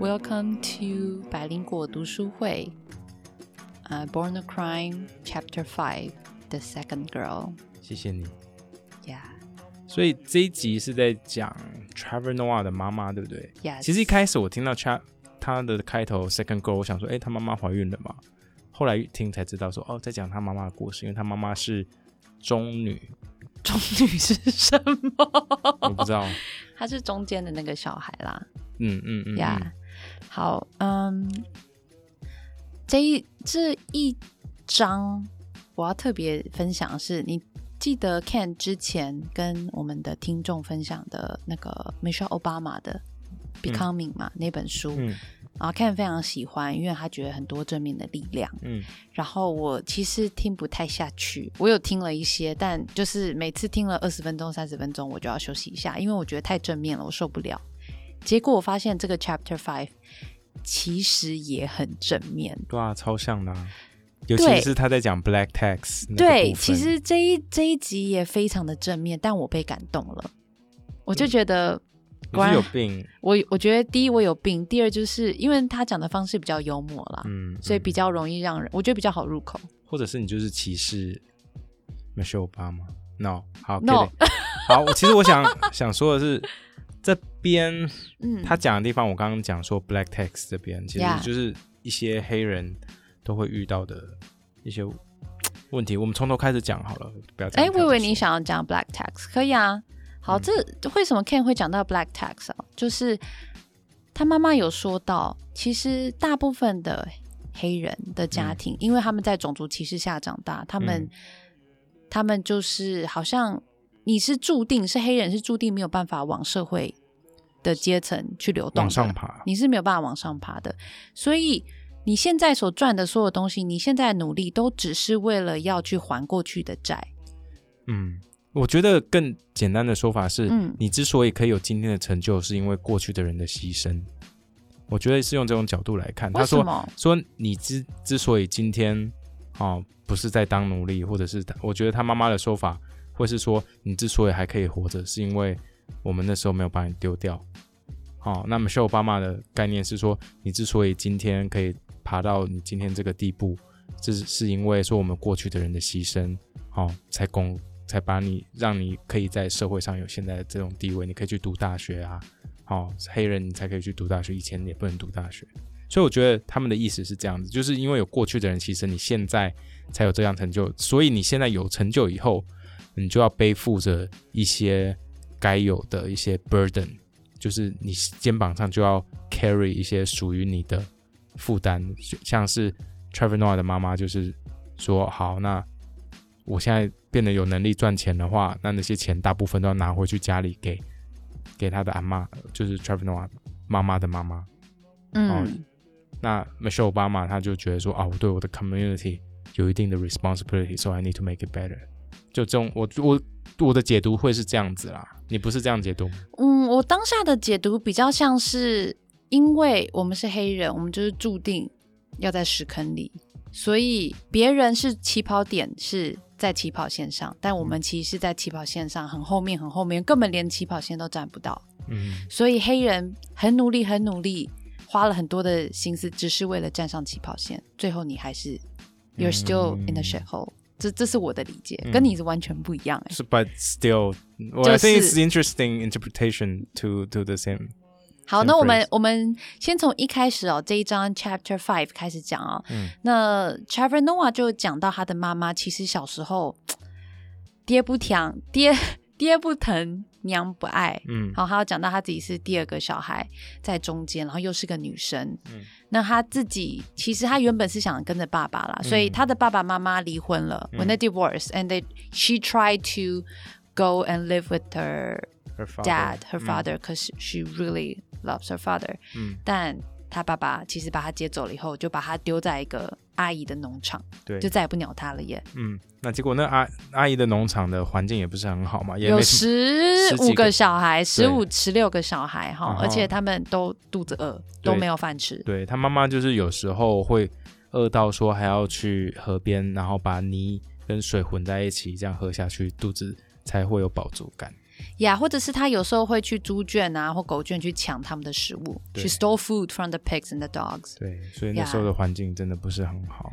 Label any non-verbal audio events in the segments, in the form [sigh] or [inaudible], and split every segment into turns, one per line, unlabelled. Welcome to 百灵果读书会。呃、b o r n a Crime Chapter Five: The Second Girl。
谢谢你。
Yeah, [laughs]
所以这一集是在讲 Trevor Noah 的妈妈，对不对
yeah。
其实一开始我听到 Tra 他的开头 Second Girl，我想说，哎、他妈妈怀孕了嘛？后来一听才知道说，哦，在讲他妈妈的故事，因为他妈妈是中女，
中女是什
我
么？
不
[laughs]
知道。
她是中间的那个小孩啦。
嗯嗯嗯
呀、
嗯，
好，嗯，这一这一章我要特别分享的是，你记得 Ken 之前跟我们的听众分享的那个 Michelle Obama 的《Becoming》嘛、那本书，
嗯
然后 Ken 非常喜欢，因为他觉得很多正面的力量。
嗯
然后我其实听不太下去，我有听了一些，但就是每次听了二十分钟、三十分钟，我就要休息一下，因为我觉得太正面了，我受不了。结果我发现这个 Chapter Five 其实也很正面。
对啊，超像的、啊。尤
对
其是他在讲 Black Tax 那个
对，
部分
其实这一这一集也非常的正面，但我被感动了，我就觉得
嗯你
果
是
然
有病，
我我觉得第一我有病，第二就是因为他讲的方式比较幽默啦，
嗯，
所以
嗯
比较容易让人我觉得比较好入口。
或者是你就是歧视 Michelle Obama。No，好
No
，kidding 好，我其实我
[laughs]
想想说的是，这边
嗯，
他讲的地方，我刚刚讲说 Black Tax 这边，其实
Yeah
就是一些黑人都会遇到的一些问题。我们从头开始讲好了，不要嗯这
哎、
样
我以为
开始
你
说
想要讲 black tax，可以啊。好，这为什么 Ken 会讲到 black tax 啊？就是他妈妈有说到，其实大部分的黑人的家庭，因为他们在种族歧视下长大，他们、
嗯
他们就是好像你是注定是黑人，是注定没有办法往社会的阶层去流动
往
的，
上爬，
你是没有办法往上爬的。所以你现在所赚的所有东西，你现在的努力都只是为了要去还过去的债。
嗯。我觉得更简单的说法是，
嗯
你之所以可以有今天的成就，是因为过去的人的牺牲。我觉得是用这种角度来看。他
为什
说，
么？
说你之之所以今天哦不是在当奴隶，或者是他我觉得他妈妈的说法会是说你之所以还可以活着，是因为我们那时候没有把你丢掉。哦，那么秀爸妈的概念是说，你之所以今天可以爬到你今天这个地步，这是是因为说我们过去的人的牺牲，哦，才供才把你让你可以在社会上有现在的这种地位，你可以去读大学啊，哦，黑人你才可以去读大学，以前你也不能读大学。所以我觉得他们的意思是这样子，就是因为有过去的人牺牲，你现在才有这样成就，所以你现在有成就以后，你就要背负着一些该有的一些 burden，就是你肩膀上就要 carry 一些属于你的负担，像是 Trevor Noah 的妈妈就是说，好，那我现在变得有能力赚钱的话，那那些钱大部分都要拿回去家里给给他的阿妈，就是 Trevor Noah 妈妈的妈妈，
嗯，
那 Michelle Obama 他就觉得说啊，我对我的 community 有一定的 responsibility，so I need to make it better。就这种，我我我的解读会是这样子啦，你不是这样解读吗？
嗯，我当下的解读比较像是，因为我们是黑人，我们就是注定要在屎坑里，所以别人是起跑点是在起跑线上，但我们其实是在起跑线上很后面很后面，根本连起跑线都站不到。
嗯
所以黑人很努力很努力，花了很多的心思，只是为了站上起跑线，最后你还是 you're still in the shit hole。这这是我的理解，跟你是完全不一样哎、
是，but still，我、
就
I
是
think it's interesting interpretation to to the same。
好，
Same
那我们
phrase
我们先从一开始哦，这一章 Chapter Five 开始讲哦。
嗯
那 Trevor Noah 就讲到他的妈妈，其实小时候爹不疼，爹 [laughs] 爹不疼，娘不爱。
嗯
好，他有讲到他自己是第二个小孩在中间，然后又是个女生。
嗯
那他自己其实他原本是想跟着爸爸
嗯
啦，所以他的爸爸妈妈离婚了、w h e n they divorced and they she tried to go and live with her
，her father，
dad, her
嗯
father, because she really loves her father.
嗯
但她爸爸其实把她接走了以后，就把她丢在一个阿姨的农场，
对
就，再也不鸟她了耶。
嗯，那结果那阿阿姨的农场的环境也不是很好嘛，也
有
没什么
十
十
五
几
个
个
小孩，十五、十六个小孩哈
嗯，哼
而且他们都肚子饿，
对
都没有饭吃。
对他妈妈就是有时候会饿到说还要去河边，然后把泥跟水混在一起，这样喝下去，肚子才会有饱足感。
呀或者是他有时候会去猪圈啊或狗圈去抢他们的食物，
对
去 stole food from the pigs and the dogs。
对，所以那时候的环境真的不是很好。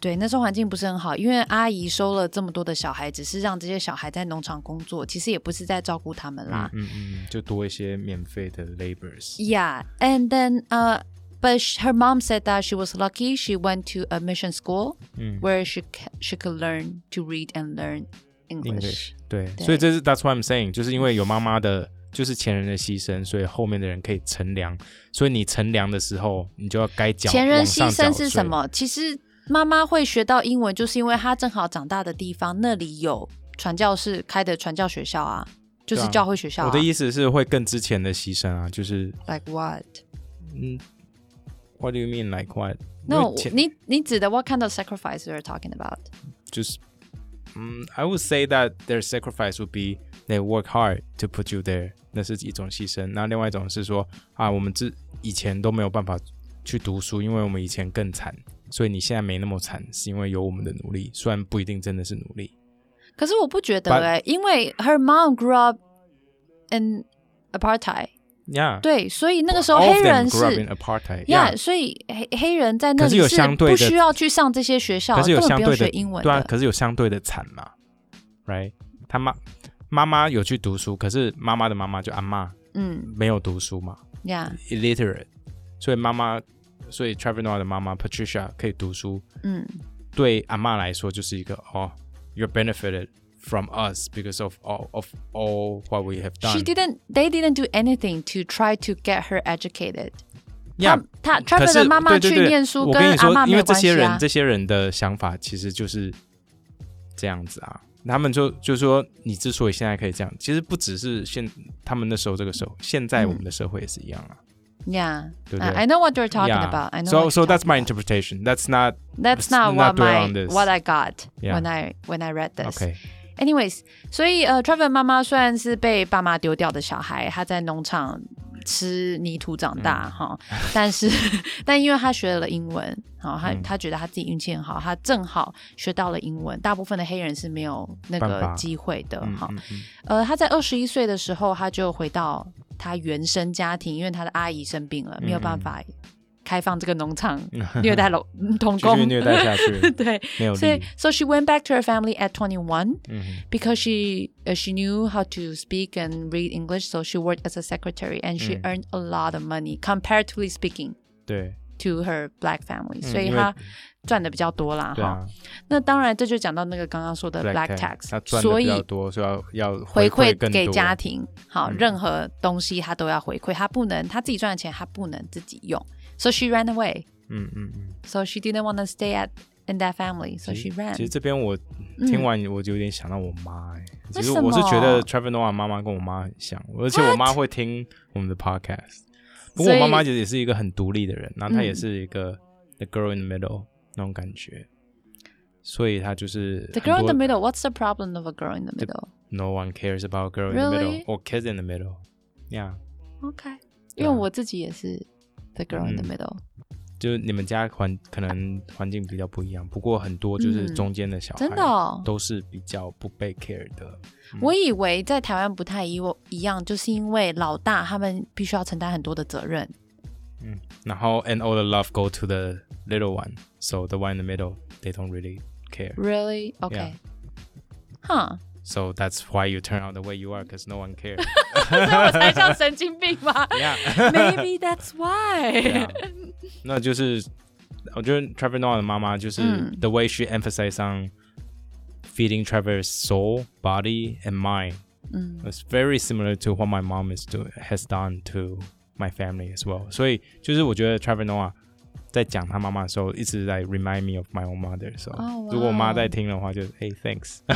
对，那时候环境不是很好，因为阿姨收了这么多的小孩，只是让这些小孩在农场工作，其实也不是在照顾他们啦。
嗯嗯，就多一些免费的 labors。
Yeah, and then uh, but sh- her mom said that she was lucky. She went to a mission school
Hmm.
where she c- she could learn to read and learn English.
对，所以这是 That's what I'm saying，就是因为有妈妈的，就是前人的牺牲，所以后面的人可以乘凉。所以你乘凉的时候，你就要该缴
前人
往上
牺
缴
牲是
税
什？么？其实妈妈会学到英文，就是因为她正好长大的地方那里有传教士开的传教学校啊，就是
对啊
教会学校、啊。
我的意思是会更之前的牺牲啊，就是
，like what？
嗯，What do you mean like what？
那
因
我
为前
你你指的 what kind of sacrifice you're talking about？
just mm, I would say that their sacrifice would be they work hard to put you there，那是一种牺牲。那另外一种是说啊，我们之以前都没有办法去读书，因为我们以前更惨，所以你现在没那么惨，是因为有我们的努力，虽然不一定真的是努力。
可是我不觉得
But-
哎、因为 her mom grew up in apartheid，
Yeah，
对，所以那个时候
all of
黑
them
人
grew up
是
in apartheid。
呀所以黑黑人在那
可是
里
有相
不
对的
需要去上这些学校，
可是有
根本
相
不用
对
学
的
英文
对啊，
的。
可是有相对的惨嘛，right？他妈妈妈有去读书，可是妈妈的妈妈就阿嬷
嗯
没有读书嘛，
呀，
illiterate，所以妈妈，所以 Trevor Noah 的妈妈 Patricia 可以读书，
嗯，
对阿嬷来说就是一个哦，you benefited from us because of all of all what we have
she
done。
didn't they didn't do anything to try to get her educated。
Yeah，
他他
可
Trevor
是
的妈妈
对对
去
对
念书
我
跟
跟你
阿
说
嬷没
因为
有
这
关系
些人
啊。
这些人的想法其实就是这样子啊。他们就就说，你之所以现在可以这样，其实不只是现他们那时候这个社会，现在我们的社会也是一样啊。
Yeah,
对不对
I know what you're talking
Yeah.
about. I know.
So
what
so
you're
that's
talking
my
about.
interpretation. That's not
That's not
not
what
doing
my
on this.
what I got
Yeah.
when I when I read this.
OK。
Anyways，所以呃，Trevor 妈妈虽然是被爸妈丢掉的小孩，她在农场吃泥土长大
嗯
哈、但是 [laughs] 但因为她学了英文，好，她
嗯
她觉得她自己运气很好，她正好学到了英文。大部分的黑人是没有那
办
个
法
机会的
嗯
哈、
嗯嗯
呃，她在二十一岁的时候，她就回到她原生家庭，因为她的阿姨生病了，没有
嗯
办法开放这个农
[laughs]
场虐待老童
继续
工。
虐待下去，
[laughs] 对，
没有
所以
力。
，so she went back to her family at twenty one
嗯哼
because she uh, she knew how to speak and read English. So she worked as a secretary and she
Mm.
earned a lot of money comparatively speaking
对
to her black family. 所以
因为
她赚的比较多啦，
Mm, 对
哈。
啊
那当然，这就讲到那个刚刚说的 black
tax，他
tax，
赚的
所
比
以
较多，所以要要
回
馈
馈
更
给
多
家庭，好，任何东西她都要回馈，她不能她自己赚的钱，她不能自己用。So she ran away.
嗯嗯嗯，
So she didn't want to stay at in that family. So she
其实
ran. 嗯
这边我听完我就有点想到我妈哎，其实
为什么
我是觉得 Trevor Noah 妈妈跟我妈很像，而且我妈会听我们的 podcast。不过
所以嗯
我妈妈其实也是一个很独立的人，然后她也是一个 the girl in the middle 那种感觉，所以她就是
The girl in the
很多
middle. What's the problem of a girl in the middle?
no one cares about girl in the middle
Really?
or kids in the middle。Yeah，
OK，
对
因
啊
为我自己也是 The Girl in the
嗯
Middle，、
就是你们家环可能环境比较不一样，不过很多就是中间的小
嗯
孩，
真的哦。
都是比较不被 care 的。
我以为在台湾不太一一样，就是因为老大他们必须要承担很多的责任。
然后 and all the love go to the little one, so the one in the middle they don't really care.
Really? OK
Yeah.。 [laughs]
哈，
So that's why you turn out the way you are, because no one cares.
所以我才像神经病吗
yeah，
[laughs] ？Maybe that's why.
[laughs] 那就是我觉得 Trevor Noah 的妈妈就是 the way she emphasized on feeding Trevor's soul, body, and mind.
嗯
It's very similar to what my mom is do has done to my family as well. 所以就是我觉得 Trevor Noah 在讲他妈妈的时候，一直在 remind me of my own mother. So、
哦哇
如果我妈在听的话，就 Hey thanks. [laughs]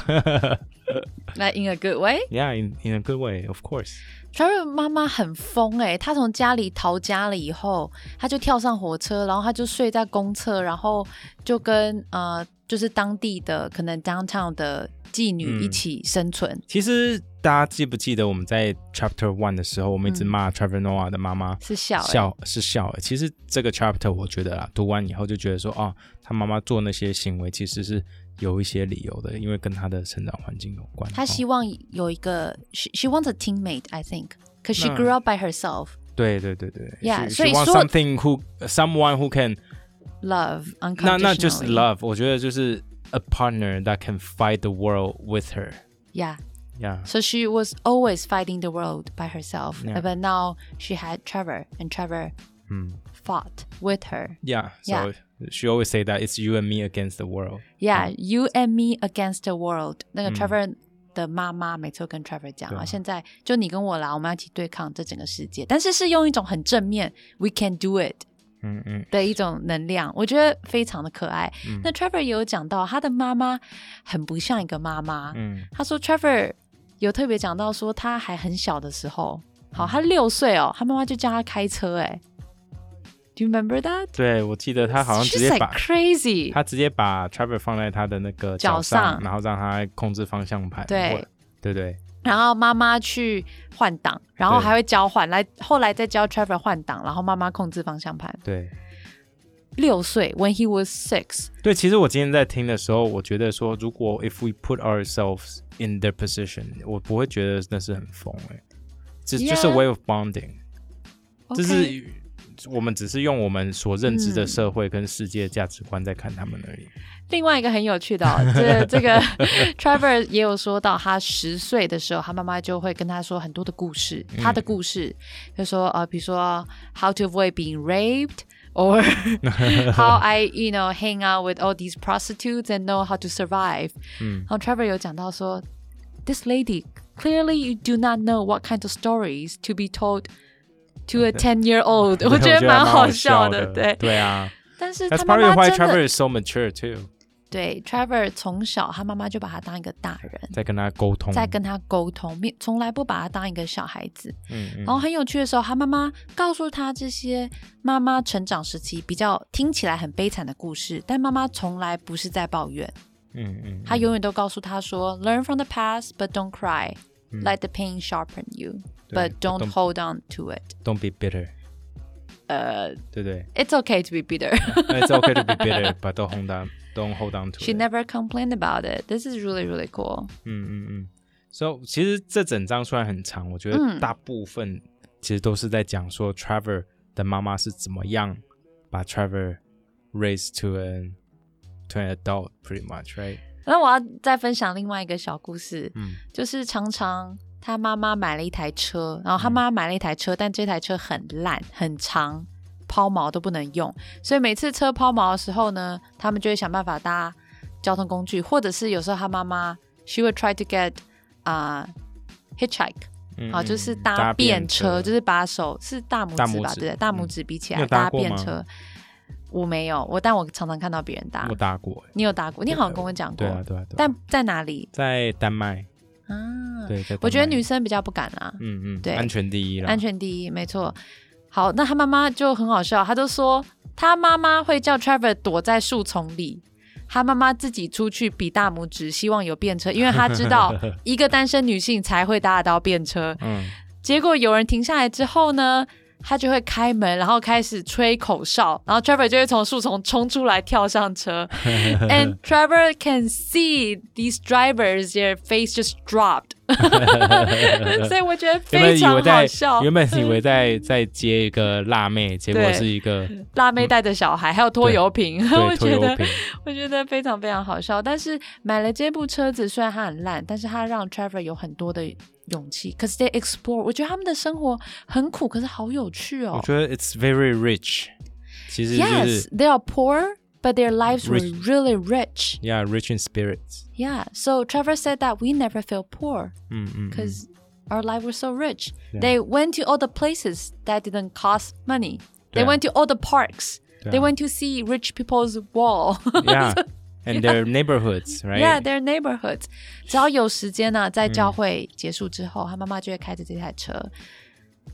Like in a good way.
yeah, in in a good way, of course.
Trevor 妈妈很疯哎、她从家里逃家了以后，她就跳上火车，然后她就睡在公厕，然后就跟呃，就是当地的可能 downtown 的妓女一起生存。
其实大家记不记得我们在 Chapter One 的时候，我们一直
嗯
骂 Trevor Noah 的妈妈
是笑、欸、
笑是笑欸。其实这个 Chapter 我觉得啊，读完以后就觉得说，哦，他妈妈做那些行为其实是有一些理由的，因为跟他的成长环境有关。
她希
哦、
望有一个，she she wants a teammate, I think, because she
那
grew up by herself.
对对对对
Yeah，
she-
所以
she wants
所有
something who someone who can
Love unconditionally.
那那就是 love，我觉得就是 a partner that can fight the world with her。
Yeah.
Yeah，
So she was always fighting the world by herself,
Yeah. Hmm.
but now she had Trevor, and Trevor fought with her.
yeah. So she always say that it's you and me against the world.
Yeah, you and me against the world. 那个 Trevor 的妈妈每次都跟 Trevor 讲啊，现在就你跟我啦，我们要一起对抗这整个世界。但是是用一种很正面 “we can do it”
嗯嗯，
的一种能量，我觉得非常的可爱。那 Trevor 也有讲到，他的妈妈很不像一个妈妈。
嗯，
他说 Trevor 有特别讲到说，他还很小的时候，好，他六岁哦，他妈妈就教他开车、哎，Do you remember that？
对，我记得他好像直
She's
接
like
把
crazy。
他直接把 Trevor 放在他的那个
脚
上，
上
然后让他控制方向盘。
对
或对对，
然后妈妈去换挡，然后
对
还会交换，来后来再教 Trevor 换挡，然后妈妈控制方向盘。
对
六岁，when he was six，
对，其实我今天在听的时候，我觉得说，如果 if we put ourselves in their position，我不会觉得那是很疯哎、欸，这就是
Yeah
way of bonding。
OK
就是我们只是用我们所认知的
嗯
社会跟世界价值观在看他们而已。
另外一个很有趣的、 [laughs] 哦，这这个 Trevor 也有说到，他十岁的时候，他妈妈就会跟他说很多的故事，他的故事就说呃，比如说 how to avoid being raped。Or [laughs] how I, you know, hang out with all these prostitutes and know how to survive. 然后 Trevor 有讲到说，This lady clearly you do not know what kind of stories to be told to [laughs] a ten-year-old. 我觉得蛮好笑的，
对
对。
对啊。
但是
That's
他妈妈
probably why
真的
Trevor is so mature too，
对，Trevor 从小他妈妈就把他当一个大人，
在跟他沟通。
在跟他沟通，没从来不把他当一个小孩子。
嗯嗯
然后很有趣的时候，他妈妈告诉他这些妈妈成长时期比较听起来很悲惨的故事，但妈妈从来不是在抱怨，
嗯嗯，
她永远都告诉他说：“Learn from the past, but don't cry. Let the pain sharpen you,
嗯对
but don't
，don't-
hold on to it.
Don't be bitter。呃，对对哎
It's okay to be
[laughs]
bitter.”
，It's okay to be bitter, [laughs] but don't hold on, don't hold on to.
She
it.
never complained about it. This is really, really cool.
嗯嗯嗯。So，其实这整章虽然很长，我觉
嗯
得大部分其实都是在讲说 Trevor 的妈妈是怎么样把 Trevor raise to an to an adult, pretty much, right?
那我要再分享另外一个小故事，
嗯
就是常常他妈妈买了一台车，然后他妈妈买了一台车，但这台车很烂，很长，抛锚都不能用，所以每次车抛锚的时候呢，他们就会想办法搭交通工具，或者是有时候他妈妈 she would try to get 啊、hitchhike。
嗯
好，
嗯
就是
嗯
搭便
便
车，就是把手是大拇
大
指
拇
吧，
指嗯
对，大拇指比起
你
来
有搭
搭
过
便
吗
车，我没有，我但我常常看到别人搭
我，搭过，欸
你有搭过？你好像跟我讲过
对，啊对啊对啊。
但在哪里
在丹麦，
啊？
对，在丹麦
我觉得女，生比较不敢啊，
嗯嗯，
对
安全第一啦，
安全第一，没错。好，那他妈妈就很好笑，他就说他妈妈会叫 Trevor 躲在树丛里，他妈妈自己出去比大拇指，希望有便车，因为他知道一个单身女性才会搭得到便车。 [laughs]
嗯，
结果有人停下来之后呢，他就会开门，然后开始吹口哨，然后 Trevor 就会从树丛冲出来跳上车，and Trevor can see these drivers their face just dropped，所以我觉得
原本
非
以
常
为
好
在
笑。
原本以为在在接一个辣妹，结果
对
是
[laughs]
一个
辣妹带着小孩，还有拖油瓶， [laughs] 我
对拖
觉
油
得
瓶，
我觉得非常非常好笑。但是买了这部车子，虽然它很烂，但是它让 Trevor 有很多的勇气。可是 they explore，我觉得他们的生活很苦，可是好有趣哦
[laughs] 我。觉得 it's very rich，其实就
Yes,
是
they are poor, but their lives were
Rich.
really rich.
yeah rich in spirits，
Yeah. So Trevor said that we never feel poor
嗯嗯，嗯
because our life was so rich. They went to all the places that didn't cost money. They
Yeah.
went to all the parks. They
Yeah.
went to see rich people's wall. [laughs]
yeah and their neighborhoods right
Yeah, their neighborhoods. 只要有时间呢、在教会结束之后，他妈妈就会开着这台车，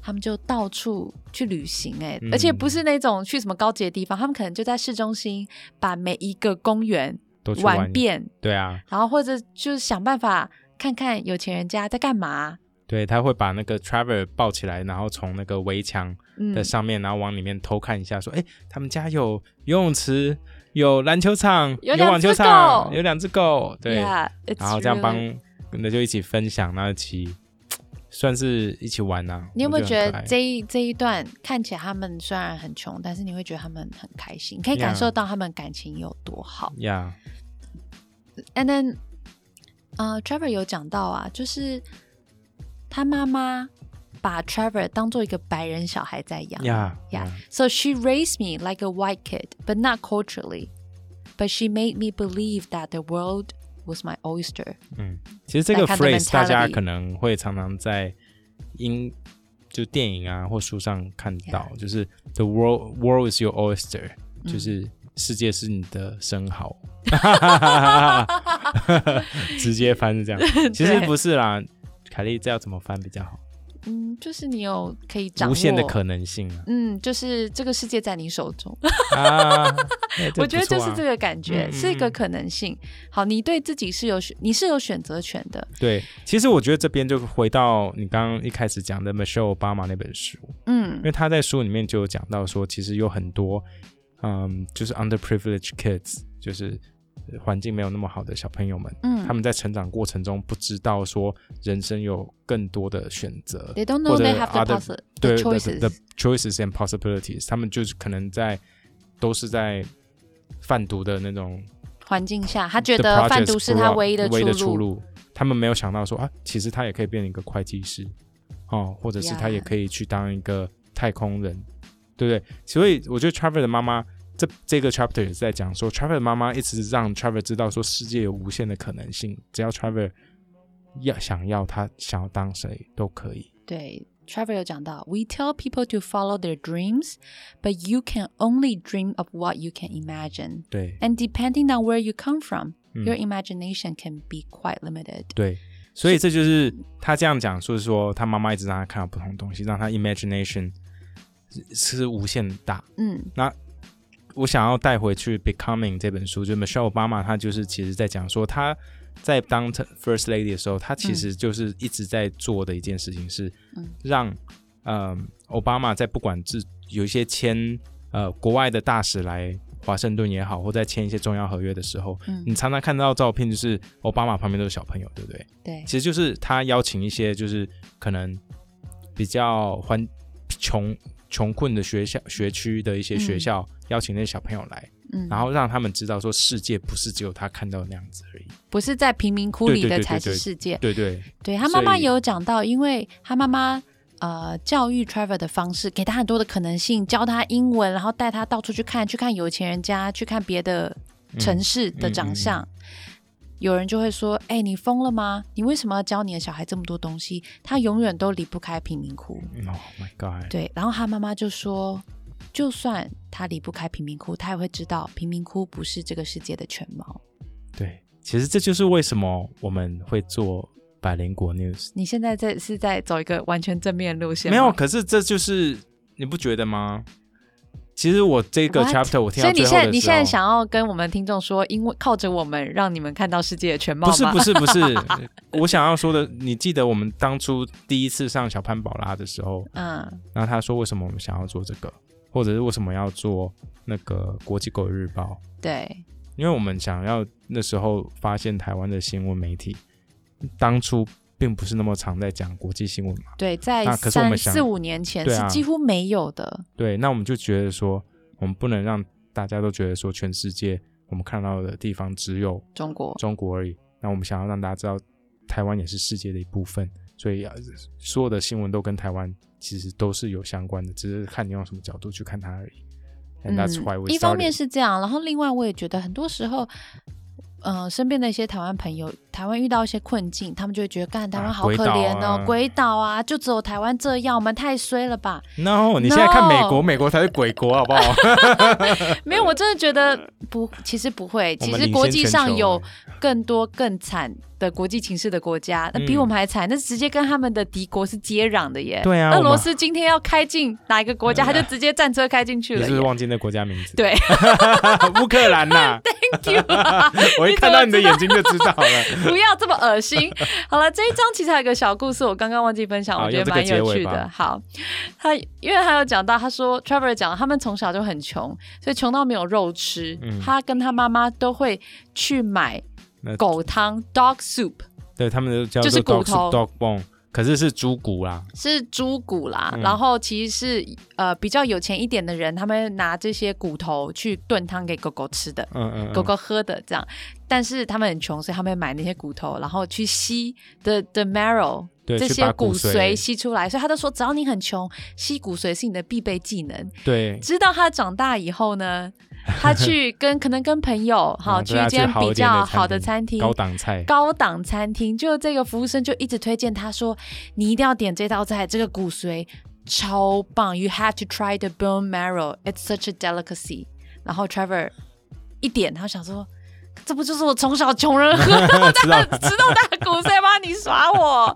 他们就到处去旅行、欸。哎、
嗯
而且不是那种去什么高级的地方，他们可能就在市中心把每一个公园
都去玩
玩遍，
对啊，
然后或者就是想办法看看有钱人家在干嘛。
对，他会把那个 Trevor 抱起来，然后从那个围墙
嗯
的，上面，然后往里面偷看一下，说：“哎，他们家有游泳池，有篮球场，
有
有
两
网
只
球场，
狗
有两只狗。”对
Yeah, it's
然后这样
really-
帮那就一起分享，那一起算是一起玩呐、啊。
你有没有
我
觉
很可
得
爱
这一这一段看起来他们虽然很穷，但是你会觉得他们很开心，可以感
Yeah
受到他们感情有多好。
呀
And then，呃，Trevor 有讲到啊，就是他妈妈把 Trevor 当做一个白人小孩在养。
呀
Yeah. So she raised me like a white kid, but not culturally. But she made me believe that the world was my oyster.
嗯，其实这个
That kind of
phrase 大家
mentality
可能会常常在英就电影啊或书上看到就是 the world world is your oyster，、就是
嗯
世界是你的
[laughs]
生蚝， [laughs] 直接
[laughs]
翻是这样。其实不是啦，凯莉这要怎么翻比较好？
嗯，就是你有可以掌握
无限的可能性啊！
嗯，就是这个世界在你手中。
啊，哎
我觉得就是这
不错啊
个感觉，
嗯嗯
是一个可能性。好，你对自己是有选，你是有选择权的。
对。其实我觉得这边就回到你刚刚一开始讲的 Michelle Obama 那本书，
嗯
因为他在书里面就有讲到说，其实有很多，嗯，就是 underprivileged kids，就是呃环境没有那么好的小朋友们，
嗯
他们在成长过程中不知道说人生有更多的选择，
，They don't
或
know
者
they have the
other-
possi-
对
the
the the
choices.
choices and possibilities，他们就是可能在都是在贩毒的那种
环境下，他觉
the
得
projects
贩毒是
grew
他
up-
唯一的
唯一的
出
出
路。
路，他们没有想到说啊，其实他也可以变成一个会计师，哦，或者是他
Yeah
也可以去当一个太空人，对不对？所以我觉得 Trevor 的妈妈这这个 chapter 也是在讲说，Trevor 的妈妈一直让 Trevor 知道说世界有无限的可能性，只要 Trevor 要想要他想要当谁都可以。
对，Trevor 有讲到，We tell people to follow their dreams, but you can only dream of what you can imagine.
对
And depending on where you come from,
嗯
your imagination can be quite limited.
对，所以这就是他这样讲，就是说他妈妈一直让他看到不同的东西，让他 imagination 是是无限大。
嗯
我想要带回去《Becoming》这本书，就 Michelle Obama，她就是其实在讲说，她在当 t- First Lady 的时候，她其实就是一直在做的一件事情是
嗯
让，嗯，奥巴马在不管是有一些签呃国外的大使来华盛顿也好，或在签一些重要合约的时候，
嗯
你常常看到照片，就是奥巴马旁边都是小朋友，对不对？
对
其，实就是他邀请一些就是可能比较环穷穷困的学校学区的一些学校，邀请那些小朋友来，
嗯，
然后让他们知道说世界不是只有他看到的那样子而已。
不是在贫民窟里
对对
的
对
才
对
是
对
世界。
对对
对他妈妈
所以
也有讲到，因为他妈妈呃教育 Trevor 的方式，给他很多的可能性，教他英文，然后带他到处去看，去看有钱人家，去看别的城市的长相。
嗯
有人就会说：“哎、你疯了吗？你为什么要教你的小孩这么多东西？他永远都离不开贫民窟。
，Oh my God，
对，然后他妈妈就说：“就算他离不开贫民窟，他也会知道贫民窟不是这个世界的全貌。
对，其实这就是为什么我们会做百灵果 news。”
你现在在是在走一个完全正面路线吗，
没有，可是这就是你不觉得吗？其实我这个
What？
chapter 我听
所
到
以
最
你
后的
现在你
时
现在
候
想要跟我们听众说，因为靠着我们，让你们看到世界的全貌
不是
吗
不是不是，我想要说的，你记得我们当初第一次上小潘宝拉的时候，
嗯
然后他说为什么我们想要做这个，或者是为什么要做那个国际狗日报？
对，
因为我们想要那时候发现台湾的新闻媒体，当初并不是那么常在讲国际新闻嘛，
对，在
那可是我
三
们想
四五年前
对
是
啊
几乎没有的，
对，那我们就觉得说，我们不能让大家都觉得说全世界我们看到的地方只有
中国
中国而已。那我们想要让大家知道，台湾也是世界的一部分，所以要所有的新闻都跟台湾其实都是有相关的，只是看你用什么角度去看它而已。And that's why we
嗯一方面
started
是这样，然后另外我也觉得很多时候。嗯、身边的一些台湾朋友，台湾遇到一些困境，他们就会觉得，干台湾
啊
好
鬼
可
岛
怜哦，
啊
鬼岛啊，就只有台湾这样，我们太衰了吧？
[laughs] No，你现在看
No
美国，美国才是鬼国，好不
[laughs]
好？
没有，我真的觉得不，其实不会，
我
其
们
实
领
国
先
际
全
上
球啊
有
了
更多更惨的国际情势的国家，那比
嗯
我们还惨，那直接跟他们的敌国是接壤的耶。
对啊
俄
我们啊
罗斯今天要开进哪一个国家，他就直接战车开进去
你
了
是不是
耶。
忘记那国家名字？
对，
[laughs] 乌克兰呐、
[laughs]
[laughs]
Thank you 啊
我一看到你的眼睛就知道了。
[laughs] 不要这么恶心。 [laughs] 好了，这一章其实还有个小故事，我刚刚忘记分享，
好
我觉
用
得
这个
蛮
结
有
尾
趣
吧
的。好，他因为他有讲到，他说 Trevor 讲他们从小就很穷，所以穷到没有肉吃，
嗯
他跟他妈妈都会去买
那
狗汤 （dog soup），
对他们叫
就
做
是
dog
骨头
soup, dog bone，可是是猪骨啦，
是猪骨啦，
嗯
然后其实是呃比较有钱一点的人，他们拿这些骨头去炖汤给狗狗吃的。
嗯嗯，嗯
狗狗喝的这样，但是他们很穷，所以他们买那些骨头，然后去吸 the the marrow
对
这
去
些
把骨
髓吸出来，所以他就说，只要你很穷，吸骨髓是你的必备技能。
对，
直到他长大以后呢，他去跟可能跟朋友好、
[laughs] 嗯
去
大家
一间
好
比
一点
较
的
好的餐厅，
高档菜，
高档餐厅，就这个服务生就一直推荐他说，你一定要点这道菜，这个骨髓超棒，You have to try the bone marrow, it's such a delicacy。然后 Trevor 一点，他想说，这不就是我从小穷人喝
[laughs] 知道
吃到大骨髓吗？你耍
[laughs]
我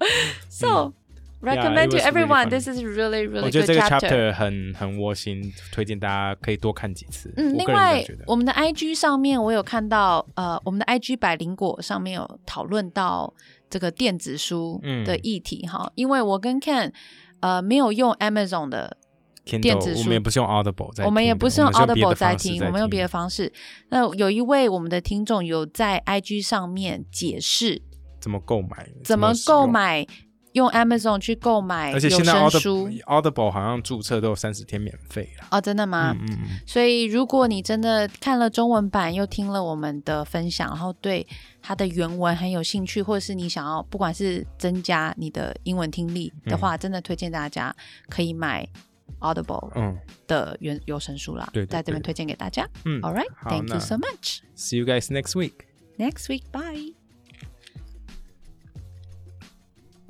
？So recommend to
Yeah, it was really
everyone,
funny.
this is really
我
really
觉
good
得这个
chapter。
chapter 很很窝心，推荐大家可以多看几次。
嗯，
我
另
个人
外
是这样觉得，
我们的 IG 上面我有看到，呃，我们的 IG 百灵果上面有讨论到这个电子书
嗯
的议题哈、因为我跟 Ken 呃没有用 Amazon 的，
Kindle,
电子书
我们也不是用 Audible 在听的，
我们也不是用
我们别
Audible
的
在
方式
听，我们用别的方式。那有一位我们的听众有在 IG 上面解释
怎么购买，
怎么
使
购。
用
买用 Amazon 去购买
而且现
有
在
声书
Audible Audible 好像注册都有三十天免费了。
哦，真的吗？
嗯嗯嗯，
所以，如果你真的看了中文版，又听了我们的分享，然后对它的原文很有兴趣，或者是你想要，不管是增加你的英文听力的话，真的推荐大家可以买 Audible
嗯
的原有声书啦。
对对
在这边
对
推荐给大家。
嗯
All right,
好
thank
那
you so much.
See you guys next week.
Next week, bye.